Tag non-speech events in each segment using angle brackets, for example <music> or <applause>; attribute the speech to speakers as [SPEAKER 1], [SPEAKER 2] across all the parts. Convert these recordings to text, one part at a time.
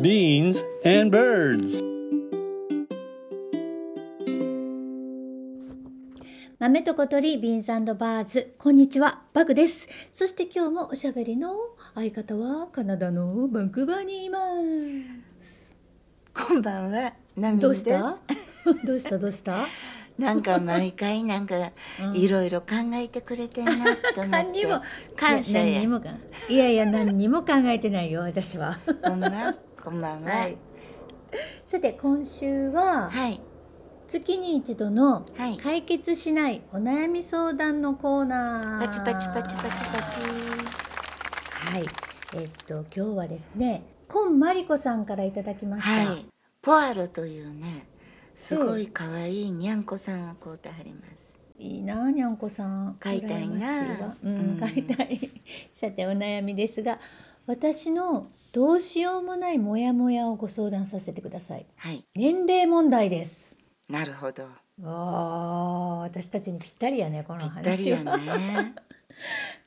[SPEAKER 1] Beans and birds.
[SPEAKER 2] 豆と小鳥ビーンズバーズこんにちはバグですそして今日もおしゃべりの相方はカナダのバンクーバーにいま
[SPEAKER 3] こんばんは、ナ
[SPEAKER 2] す
[SPEAKER 3] ミ
[SPEAKER 2] ど
[SPEAKER 3] で
[SPEAKER 2] う
[SPEAKER 3] す
[SPEAKER 2] し。たどうしたどうした
[SPEAKER 3] なんか毎回なんか
[SPEAKER 2] <laughs> うん
[SPEAKER 3] いろいろ考えてくれてんなと思
[SPEAKER 2] 何
[SPEAKER 3] っ
[SPEAKER 2] に
[SPEAKER 3] て
[SPEAKER 2] も。
[SPEAKER 3] 感謝
[SPEAKER 2] いや何に。
[SPEAKER 3] や
[SPEAKER 2] もかいやいや何にも考えてないよ私は
[SPEAKER 3] ほんま、こんばんは。は
[SPEAKER 2] はいい。さて今週は
[SPEAKER 3] はい。
[SPEAKER 2] 月に一度の
[SPEAKER 3] はい
[SPEAKER 2] 解決しないお悩み相談のコーナー
[SPEAKER 3] パチパチパチパチパチ。
[SPEAKER 2] はいえっと今日はですねコンマリコさんからいただきました、
[SPEAKER 3] はい。ポアロというね、すごい可愛いにゃんこさんをこうてはります。
[SPEAKER 2] いいなあにゃんこさん
[SPEAKER 3] 買いたいな
[SPEAKER 2] 羨ましいわうん、
[SPEAKER 3] うん
[SPEAKER 2] 買いたいさてお悩みですが私のどうしようもないモヤモヤをご相談させてください
[SPEAKER 3] はい。
[SPEAKER 2] 年齢問題です
[SPEAKER 3] なるほど。
[SPEAKER 2] あー私たちにぴったりやねこの
[SPEAKER 3] ぴったり
[SPEAKER 2] 話は
[SPEAKER 3] やね。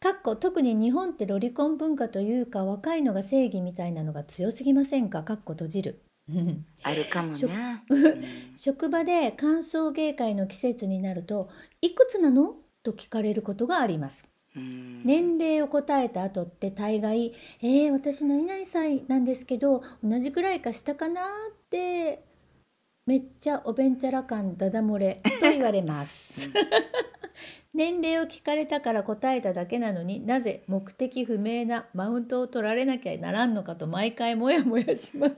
[SPEAKER 2] かっこ特に日本ってロリコン文化というか若いのが正義みたいなのが強すぎませんかかっこ閉じるうん
[SPEAKER 3] あるかも
[SPEAKER 2] しょ
[SPEAKER 3] な。うん
[SPEAKER 2] 職場で歓送迎会の季節になるといくつなのと聞かれることがあります
[SPEAKER 3] うん
[SPEAKER 2] 年齢を答えた後って大概「えー、私何々歳なんですけど同じくらいかしたかな?」ってめっちゃおべんちゃら感ダダ漏れと言われます。年齢を聞かれたから答えただけなのになぜ目的不明なマウントを取られなきゃならんのかと毎回モヤモヤします。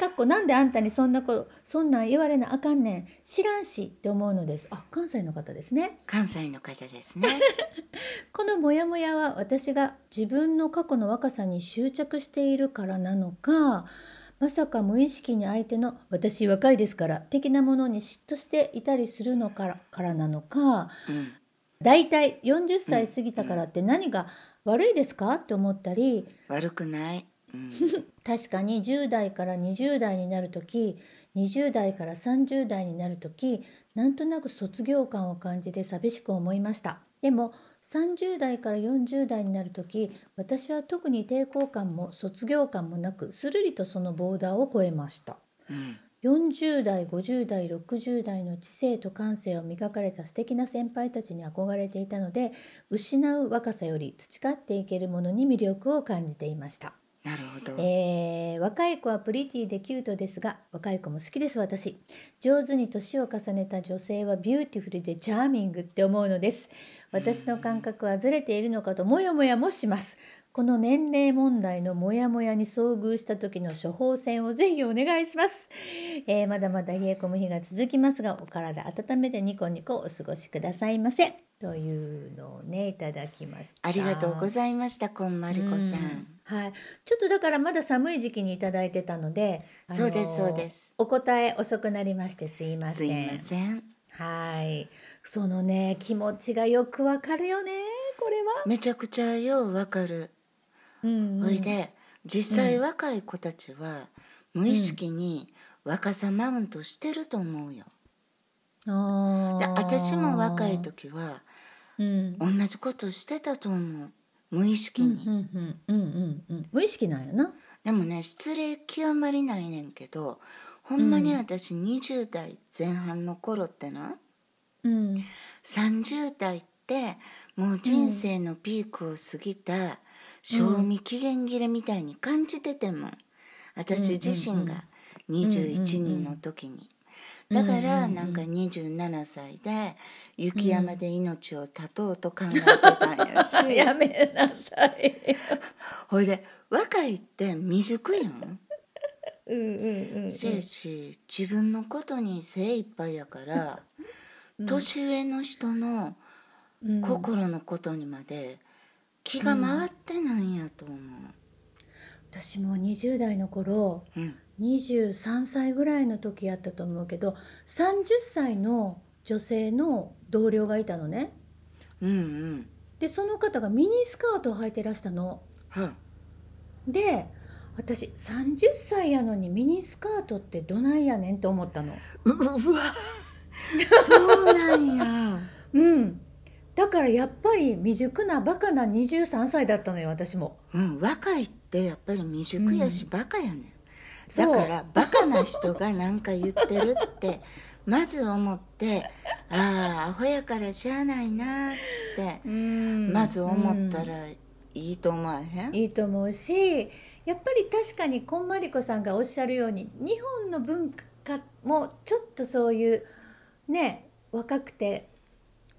[SPEAKER 2] かっこなんであんたにそんなことそんなん言われなあかんねん知らんしって思うのです。あ関西の方ですね。
[SPEAKER 3] 関西の方ですね。
[SPEAKER 2] このモヤモヤは私が自分の過去の若さに執着しているからなのかまさか無意識に相手の「私若いですから」的なものに嫉妬していたりするのからからなのか
[SPEAKER 3] うん。
[SPEAKER 2] だいたい40歳過ぎたからって何が悪いですかって思ったり
[SPEAKER 3] 悪くない。うん。
[SPEAKER 2] 確かに10代から20代になる時20代から30代になる時なんとなく卒業感を感じて寂しく思いましたでも30代から40代になる時私は特に抵抗感も卒業感もなくするりとそのボーダーを越えました
[SPEAKER 3] うん。
[SPEAKER 2] 40代50代60代の知性と感性を磨かれた素敵な先輩たちに憧れていたので失う若さより培っていけるものに魅力を感じていました
[SPEAKER 3] なるほど。
[SPEAKER 2] えー若い子はプリティでキュートですが若い子も好きです私上手に年を重ねた女性はビューティフルでチャーミングって思うのです私の感覚はずれているのかとモヤモヤもしますこの年齢問題のモヤモヤに遭遇した時の処方箋をぜひお願いします、えーまだまだ冷え込む日が続きますがお体温めてニコニコお過ごしくださいませというのをねいただきました
[SPEAKER 3] ありがとうございました、こんまりこさん。
[SPEAKER 2] うんはい、ちょっとだからまだ寒い時期にいただいてたので、あのー
[SPEAKER 3] そうですそうです。
[SPEAKER 2] お答え遅くなりましてすいますせ
[SPEAKER 3] い
[SPEAKER 2] ん。
[SPEAKER 3] ません。
[SPEAKER 2] はい、そのね気持ちがよくわかるよね、これは。
[SPEAKER 3] めちゃくちゃようわかる。
[SPEAKER 2] うん
[SPEAKER 3] おいで、実際若い子たちは無意識に若さマウントしてると思うよ。
[SPEAKER 2] あ
[SPEAKER 3] で、
[SPEAKER 2] ー
[SPEAKER 3] 私も若い、時は
[SPEAKER 2] うん、
[SPEAKER 3] 同じことしてたと思う。無意識
[SPEAKER 2] うんう
[SPEAKER 3] に。
[SPEAKER 2] んうんうんうん無意識なんやな。
[SPEAKER 3] でもね、失礼極まりないねんけど、ほんまに私20代前半の頃ってな、
[SPEAKER 2] うん、
[SPEAKER 3] 30代ってもう人生のピークを過ぎた賞味期限切れみたいに感じてても私自身が21人の時にだからなんか27歳で雪山で命を絶とうと考えてたん <laughs> やし
[SPEAKER 2] <laughs> やめなさい。
[SPEAKER 3] <laughs> ほいで若いって未熟やん
[SPEAKER 2] うんうんうん。
[SPEAKER 3] せやし自分のことに精一杯やから年上の人の
[SPEAKER 2] うん
[SPEAKER 3] 心のことにまで気が回ってないんやと思う、
[SPEAKER 2] 私も20代の頃、
[SPEAKER 3] うん
[SPEAKER 2] 23歳ぐらいの時やったと思うけど30歳の女性の同僚がいたのね
[SPEAKER 3] うんうん
[SPEAKER 2] でその方がミニスカートを履いてらしたの
[SPEAKER 3] は
[SPEAKER 2] で私30歳やのにミニスカートってどないやねんって思ったの
[SPEAKER 3] ううわそうなんや
[SPEAKER 2] うんだからやっぱり未熟なバカな23歳だったのよ私も
[SPEAKER 3] <laughs> うん、若いってやっぱり未熟やし、バカやねんだ
[SPEAKER 2] そう
[SPEAKER 3] からバカな人が何か言ってるってまず思ってああアホやからしゃあないなって、まず思ったらいいと思わへん、
[SPEAKER 2] いいと思うしやっぱり確かにこんまりこさんがおっしゃるように日本の文化もちょっとそういうね若くて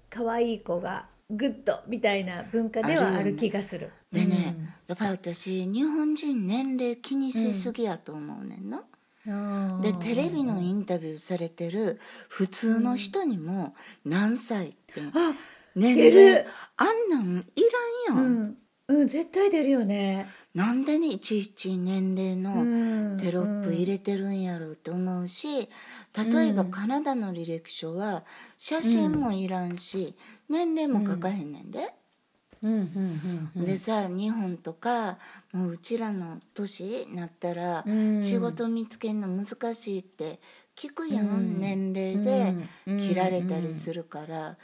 [SPEAKER 2] 可愛い子がグッドみたいな文化ではある気がする。
[SPEAKER 3] でね、やっぱり私日本人年齢気にしすぎやと思うねんな、
[SPEAKER 2] うん、
[SPEAKER 3] でテレビのインタビューされてる普通の人にも何歳って
[SPEAKER 2] あ
[SPEAKER 3] 年
[SPEAKER 2] 出
[SPEAKER 3] 齢
[SPEAKER 2] る
[SPEAKER 3] あんなんいらん
[SPEAKER 2] う
[SPEAKER 3] やん、
[SPEAKER 2] ん、うん、絶対出るよね。
[SPEAKER 3] なんでねいちいち年齢の
[SPEAKER 2] うん
[SPEAKER 3] テロップ入れてるんやろうと思うし例えばカナダの履歴書は写真もいらんし年齢も書かへんねんで。
[SPEAKER 2] うんうんうんうん
[SPEAKER 3] でさ日本とかもううちらの年になったら
[SPEAKER 2] うん
[SPEAKER 3] 仕事見つけるの難しいって聞くやん、
[SPEAKER 2] うん
[SPEAKER 3] 年齢で
[SPEAKER 2] うん
[SPEAKER 3] 切られたりするから、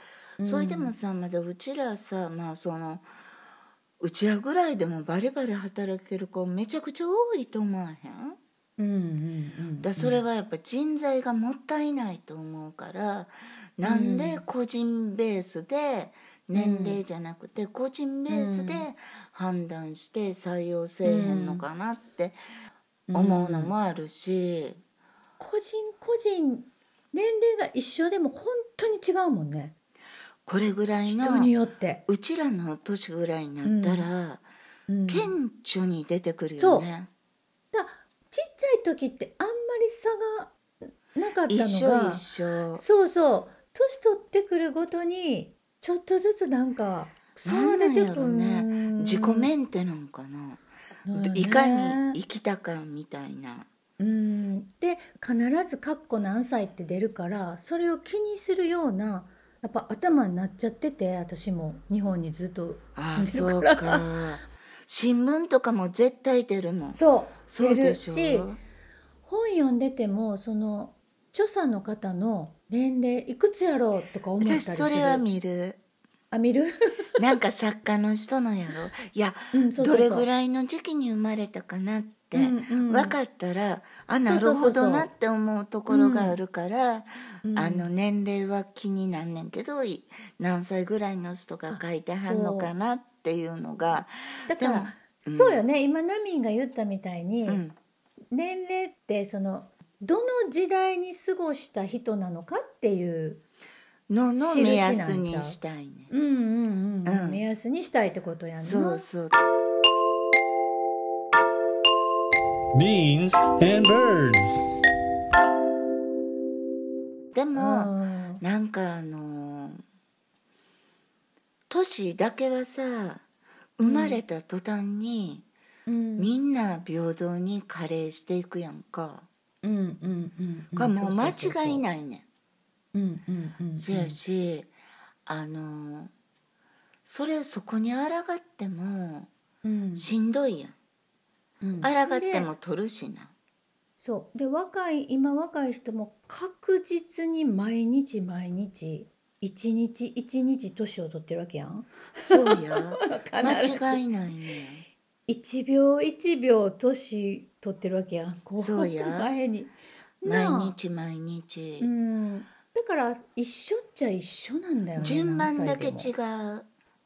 [SPEAKER 3] それでもさまだうちらさまあそのうちらぐらいでもバリバリ働ける子めちゃくちゃ多いと思わへん
[SPEAKER 2] うんうんうん
[SPEAKER 3] だそれはやっぱ人材がもったいないと思うからなんで個人ベースで年齢じゃなくて個人ベースで判断して採用せえへんのかなって思うのもあるし
[SPEAKER 2] 個人個人年齢が一緒でも本当に違うもんね
[SPEAKER 3] これぐらいの
[SPEAKER 2] 人によって、
[SPEAKER 3] うちらの年ぐらいになったら
[SPEAKER 2] うんだちっ
[SPEAKER 3] 顕著に出てくるよね。
[SPEAKER 2] ちゃい時ってあんまり差がなかったの
[SPEAKER 3] 一
[SPEAKER 2] が
[SPEAKER 3] 緒一緒
[SPEAKER 2] そうそう年取ってくるごとにちょっとずつなんか差が出てくる
[SPEAKER 3] なんなんやろね自己メンテなんかな、いかに生きたかみたいな。
[SPEAKER 2] うんで必ず「かっこ何歳」って出るからそれを気にするようなやっぱ頭になっちゃってて私も日本にずっと
[SPEAKER 3] ああ
[SPEAKER 2] 住
[SPEAKER 3] そ
[SPEAKER 2] ん
[SPEAKER 3] う
[SPEAKER 2] でる
[SPEAKER 3] か新聞とかも絶対出るもん
[SPEAKER 2] そう
[SPEAKER 3] そう
[SPEAKER 2] 出
[SPEAKER 3] で
[SPEAKER 2] る
[SPEAKER 3] しょ
[SPEAKER 2] 本読んでてもその著者の方の年齢いくつやろうとか思ったり
[SPEAKER 3] 私
[SPEAKER 2] する
[SPEAKER 3] それは見る
[SPEAKER 2] あ見る、
[SPEAKER 3] なんか作家の人のやろいや
[SPEAKER 2] うんそうそ
[SPEAKER 3] ど
[SPEAKER 2] うそ
[SPEAKER 3] れ
[SPEAKER 2] う
[SPEAKER 3] ぐらいの時期に生まれたかなって
[SPEAKER 2] うんうん
[SPEAKER 3] 分かったらあ
[SPEAKER 2] そ
[SPEAKER 3] な
[SPEAKER 2] うそ
[SPEAKER 3] る
[SPEAKER 2] うそ
[SPEAKER 3] ほ
[SPEAKER 2] うそう
[SPEAKER 3] どなって思うところがあるから
[SPEAKER 2] うん
[SPEAKER 3] あの年齢は気になんねんけどい何歳ぐらいの人が書いてはんのかなっていうのが
[SPEAKER 2] だから
[SPEAKER 3] でもうん
[SPEAKER 2] そうよね今ナミンが言ったみたいに、
[SPEAKER 3] うん
[SPEAKER 2] 年齢ってそのどの時代に過ごした人なのかっていう、
[SPEAKER 3] のの
[SPEAKER 2] 印
[SPEAKER 3] 目
[SPEAKER 2] なんちゃう
[SPEAKER 3] 安にしたいね
[SPEAKER 2] うんうんうん
[SPEAKER 3] うん
[SPEAKER 2] 目安にしたいってことやんな
[SPEAKER 3] そうそう
[SPEAKER 1] Beans and birds.
[SPEAKER 3] でも、
[SPEAKER 2] うん
[SPEAKER 3] なんかあのー都市だけはさ生まれた途端に、
[SPEAKER 2] うん
[SPEAKER 3] みんな平等に加齢していくやんか、
[SPEAKER 2] うんうんうんうん
[SPEAKER 3] これもう間違い
[SPEAKER 2] い。
[SPEAKER 3] ないね
[SPEAKER 2] うんうんうんうん
[SPEAKER 3] んそやしあのーそれそこに抗っても
[SPEAKER 2] うん
[SPEAKER 3] しんどいやん
[SPEAKER 2] うん
[SPEAKER 3] 抗っても取るしな
[SPEAKER 2] そうで若い今若い人も確実に毎日毎日一日一日年を取ってるわけや
[SPEAKER 3] <laughs>
[SPEAKER 2] ん
[SPEAKER 3] そうや
[SPEAKER 2] 必ず
[SPEAKER 3] 間違いないねん
[SPEAKER 2] 一秒一秒年取ってるわけやんこ
[SPEAKER 3] そうや
[SPEAKER 2] 前に
[SPEAKER 3] 毎
[SPEAKER 2] なあ
[SPEAKER 3] 日毎日、
[SPEAKER 2] うんだから一緒っちゃ一緒なんだよね
[SPEAKER 3] 順番だけ違
[SPEAKER 2] 何歳で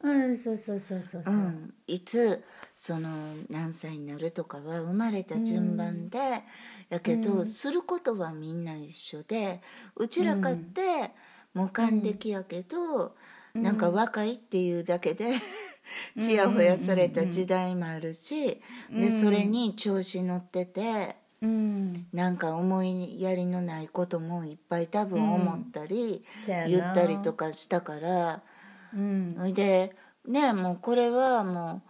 [SPEAKER 3] う
[SPEAKER 2] もうんそうそうそうそうそう
[SPEAKER 3] う、ん、いつその何歳になるとかは生まれた順番で、やけど、
[SPEAKER 2] うん
[SPEAKER 3] することはみんな一緒でうちらかって、もう還暦やけど、
[SPEAKER 2] うん
[SPEAKER 3] なんか若いっていうだけでちやほやされた時代もあるし、でそれに調子乗ってて
[SPEAKER 2] うん
[SPEAKER 3] なんか思いやりのないこともいっぱい多分思ったり、
[SPEAKER 2] そやな
[SPEAKER 3] 言ったりとかしたから。
[SPEAKER 2] うん
[SPEAKER 3] ほいでねもうこれはもう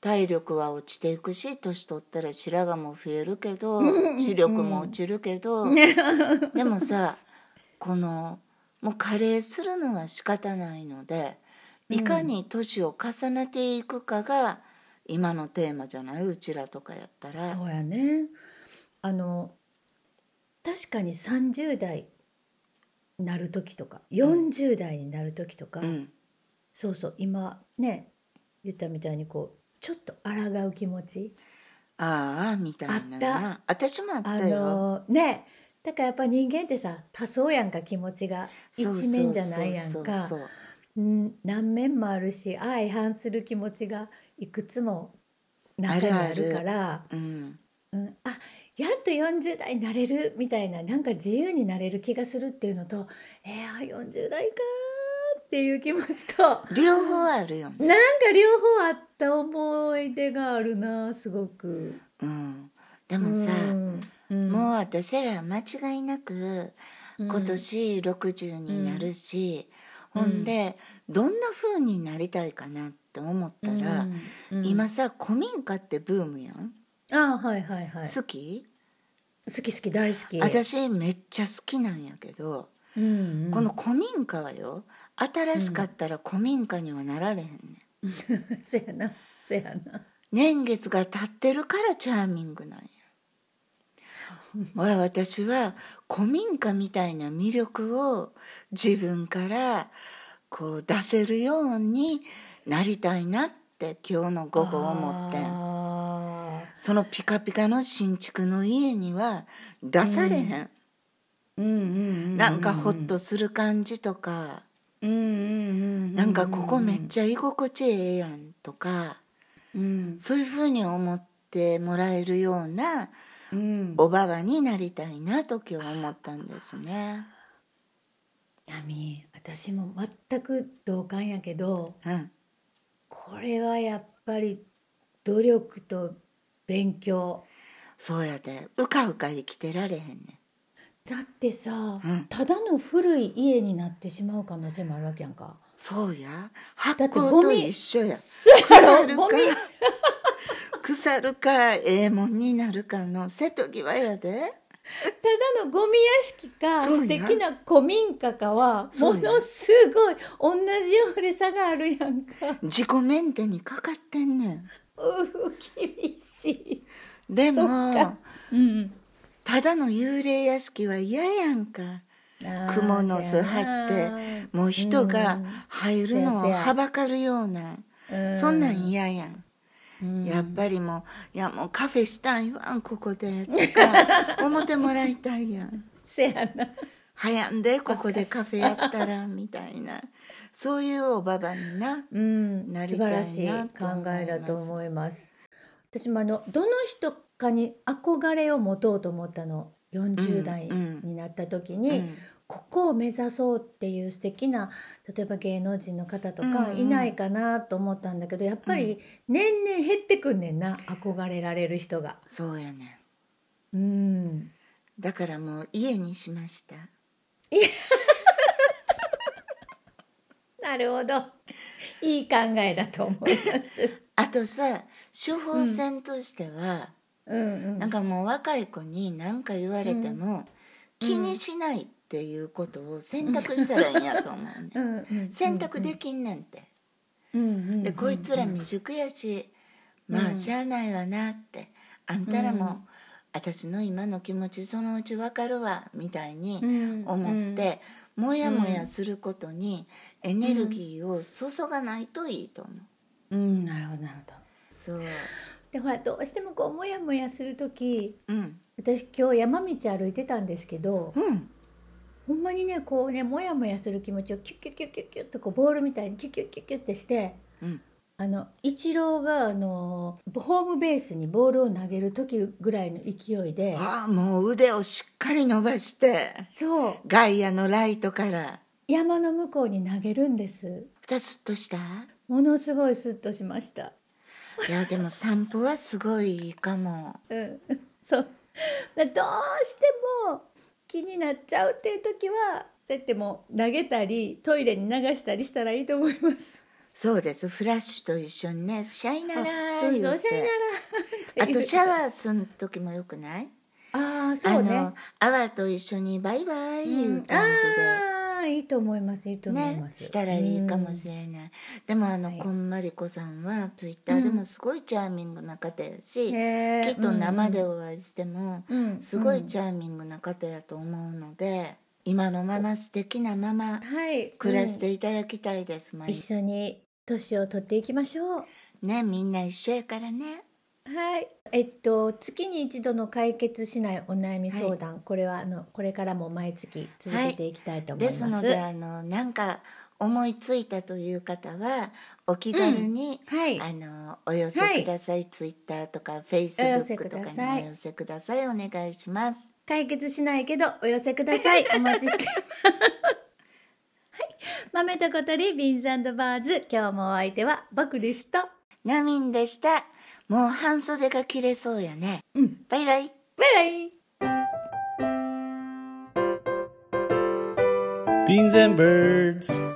[SPEAKER 3] 体力は落ちていくし年取ったら白髪も増えるけど視力も落ちる
[SPEAKER 2] <laughs>
[SPEAKER 3] けど、でもさこのもう加齢するのは仕方ないのでいかに年を重ねていくかが今のテーマじゃないうちらとかやったら
[SPEAKER 2] そうやねあの確かに30代なる時とか40代になる時とか、
[SPEAKER 3] うん
[SPEAKER 2] そうそう今ね言ったみたいにこうちょっと抗う気持ち
[SPEAKER 3] ああみたいなな
[SPEAKER 2] あ
[SPEAKER 3] 私もあっ
[SPEAKER 2] あ
[SPEAKER 3] たよ、
[SPEAKER 2] のねだからやっぱ人間ってさ多層やんか気持ちが一
[SPEAKER 3] そうそう
[SPEAKER 2] 面じゃないやんか
[SPEAKER 3] そうそう
[SPEAKER 2] うん何面もあるし相反する気持ちがいくつも中に
[SPEAKER 3] あるあ
[SPEAKER 2] あ
[SPEAKER 3] る
[SPEAKER 2] るから
[SPEAKER 3] うん
[SPEAKER 2] うん、あやっと40代になれるみたいななんか自由になれる気がするっていうのとえー、あ40代かーっていう気持ちと <laughs> なんか
[SPEAKER 3] 両方あるよね、
[SPEAKER 2] 両方あった思い出があるなすごく。
[SPEAKER 3] うん、でもさ、もう
[SPEAKER 2] も
[SPEAKER 3] 私ら間違いなく
[SPEAKER 2] うん
[SPEAKER 3] 今年60になるし、ほんでどんな風になりたいかなって思ったら、今さ古民家ってブームやん、
[SPEAKER 2] あはいはいはい
[SPEAKER 3] 好き
[SPEAKER 2] 好き好き大好き。
[SPEAKER 3] 私めっちゃ好きなんやけど、
[SPEAKER 2] うんうん <laughs>
[SPEAKER 3] この古民家はよ新しかったら古民家にはなられへんねん、
[SPEAKER 2] そやなそやな。
[SPEAKER 3] 年月が経ってるからチャーミングなんや。おい私は古民家みたいな魅力を自分からこう出せるようになりたいなって今日の午後思ってん
[SPEAKER 2] あ
[SPEAKER 3] そのピカピカの新築の家には出されへん、
[SPEAKER 2] ーうんうんうんうん
[SPEAKER 3] なんかホッとする感じとか、
[SPEAKER 2] うんうんうんうん
[SPEAKER 3] なんかここめっちゃ居心地ええやんとか
[SPEAKER 2] うん
[SPEAKER 3] そういうふうに思ってもらえるような
[SPEAKER 2] うん
[SPEAKER 3] おばばになりたいなと今日思ったんですね。
[SPEAKER 2] ナミ私も全く同感やけど
[SPEAKER 3] うん、
[SPEAKER 2] これはやっぱり努力と勉強
[SPEAKER 3] そうやでうかうか生きてられへんねん
[SPEAKER 2] だってさ、
[SPEAKER 3] うん
[SPEAKER 2] ただの古い家になってしまう可能性もあるわけやんか
[SPEAKER 3] そうや発
[SPEAKER 2] だって
[SPEAKER 3] 酵
[SPEAKER 2] ゴミ
[SPEAKER 3] と一緒や
[SPEAKER 2] そう
[SPEAKER 3] 腐るか
[SPEAKER 2] ゴミ
[SPEAKER 3] 腐るかええもんになるかの瀬戸際やで
[SPEAKER 2] ただのゴミ屋敷か
[SPEAKER 3] そうや
[SPEAKER 2] 素敵な古民家かは
[SPEAKER 3] そ
[SPEAKER 2] も
[SPEAKER 3] うや
[SPEAKER 2] のすごい同じようで差があるやん
[SPEAKER 3] <laughs>
[SPEAKER 2] か
[SPEAKER 3] 自己メンテにかかってんね
[SPEAKER 2] うう厳しい、
[SPEAKER 3] んでも
[SPEAKER 2] そっかうん、
[SPEAKER 3] ただの幽霊屋敷は嫌やんか蜘蛛の巣張ってもう人が入るの
[SPEAKER 2] せ
[SPEAKER 3] を
[SPEAKER 2] やせや
[SPEAKER 3] はばかるような
[SPEAKER 2] う
[SPEAKER 3] そんなん嫌やん
[SPEAKER 2] うん
[SPEAKER 3] やっぱりもう「いやもうカフェしたいわんここで」
[SPEAKER 2] <laughs>
[SPEAKER 3] とか思ってもらいたいやん
[SPEAKER 2] せやな
[SPEAKER 3] 「早んでここでカフェやったら」みたいなそういうおばばにな
[SPEAKER 2] うん、
[SPEAKER 3] なり
[SPEAKER 2] 素
[SPEAKER 3] た
[SPEAKER 2] 晴ら
[SPEAKER 3] いな
[SPEAKER 2] しい
[SPEAKER 3] と思い
[SPEAKER 2] 考
[SPEAKER 3] ます
[SPEAKER 2] えだと思います。私もあのどの人かに憧れを持とうと思ったの
[SPEAKER 3] うん
[SPEAKER 2] 40代
[SPEAKER 3] うん
[SPEAKER 2] になった時に、
[SPEAKER 3] うん
[SPEAKER 2] ここを目指そうっていう素敵な例えば芸能人の方と
[SPEAKER 3] うん
[SPEAKER 2] か
[SPEAKER 3] うん
[SPEAKER 2] いないかなと思ったんだけど、やっぱり年々減ってくんねんな憧れられる人が。
[SPEAKER 3] そうやね
[SPEAKER 2] うん、
[SPEAKER 3] んだからもう家にしました
[SPEAKER 2] なるほどいい考えだと思います。
[SPEAKER 3] あとさ処方箋としては、
[SPEAKER 2] <laughs> うんうん
[SPEAKER 3] なんかもう若い子に何か言われても、気にしないっていうことを選択したらいいんやと思うね、
[SPEAKER 2] うんうん
[SPEAKER 3] ん、選択できんねんて。
[SPEAKER 2] うんうんうんうん
[SPEAKER 3] でこいつら未熟やしまあしゃあないわなってあんたらも私の今の気持ちそのうちわかるわみたいに
[SPEAKER 2] うん
[SPEAKER 3] 思ってもやもやすることにエネルギーを注がないといいと思う。
[SPEAKER 2] うん、なるほどなるほど。
[SPEAKER 3] そう
[SPEAKER 2] でほらどうしてもこうモヤモヤする時
[SPEAKER 3] うん
[SPEAKER 2] 私今日山道歩いてたんですけど
[SPEAKER 3] うん
[SPEAKER 2] ほんまにねこうねモヤモヤする気持ちをキュッキュッキュッキュッキュッとこうボールみたいにキュッキュッキュッキュッってして
[SPEAKER 3] うん
[SPEAKER 2] あのイチローがあのホームベースにボールを投げる時ぐらいの勢いで
[SPEAKER 3] ああもう腕をしっかり伸ばして
[SPEAKER 2] そう
[SPEAKER 3] ガイアのライトから
[SPEAKER 2] 山の向こうに投げるんです
[SPEAKER 3] 2つっとした
[SPEAKER 2] ものすごいスッとしました。
[SPEAKER 3] いやでも散歩はすごいいいかも。
[SPEAKER 2] うん、そうだどうしても気になっちゃうっていう時はそうやってもう投げたりトイレに流したりしたらいいと思います。
[SPEAKER 3] そうですフラッシュと一緒にねシャイならー
[SPEAKER 2] そう
[SPEAKER 3] 言
[SPEAKER 2] そううシャイな
[SPEAKER 3] て
[SPEAKER 2] ら
[SPEAKER 3] あとシャ
[SPEAKER 2] ー
[SPEAKER 3] ワーすん時もよくない
[SPEAKER 2] ああそう
[SPEAKER 3] あ
[SPEAKER 2] ね
[SPEAKER 3] の。泡と一緒にバイバイいう感
[SPEAKER 2] ああいいと思いますいいと
[SPEAKER 3] じで、
[SPEAKER 2] 思い
[SPEAKER 3] ね
[SPEAKER 2] ま、す。
[SPEAKER 3] したらいいかもし
[SPEAKER 2] れ
[SPEAKER 3] れない、でもあの、
[SPEAKER 2] はい
[SPEAKER 3] こんまりこさんはツイッターでもすごいチャーミングな方やし、
[SPEAKER 2] へ
[SPEAKER 3] き
[SPEAKER 2] ー
[SPEAKER 3] っと生でお会いしても
[SPEAKER 2] うん
[SPEAKER 3] すごいチャーミングな方やと思うので、今のまま素敵なまま
[SPEAKER 2] はい
[SPEAKER 3] 暮らし
[SPEAKER 2] うん
[SPEAKER 3] ていただきたいです、毎日
[SPEAKER 2] 一緒に年を取っていきましょう
[SPEAKER 3] ねみんな一緒やからね
[SPEAKER 2] はい、えっと月に一度の解決しないお悩み相談、これはあのこれからも毎月続けていきたいと思い
[SPEAKER 3] で
[SPEAKER 2] ます。
[SPEAKER 3] すのであのなんか思いついたという方はお気軽に、
[SPEAKER 2] はい、
[SPEAKER 3] あのお寄せください、ツイッターとかフェイスブ
[SPEAKER 2] お寄せ
[SPEAKER 3] ック
[SPEAKER 2] く
[SPEAKER 3] と
[SPEAKER 2] だ
[SPEAKER 3] か
[SPEAKER 2] さい
[SPEAKER 3] にお寄せくださいお願いします
[SPEAKER 2] 解決しないけどお寄せくだ <laughs> さい。お待ちして
[SPEAKER 3] <laughs>
[SPEAKER 2] ます。はい、豆と小鳥ビーンズバーズ今日もお相手は僕でした。
[SPEAKER 3] ナミンでしたもう半袖が切れそうやね、
[SPEAKER 2] うん
[SPEAKER 3] バイバイ
[SPEAKER 2] バイバイ。
[SPEAKER 1] Beans and birds.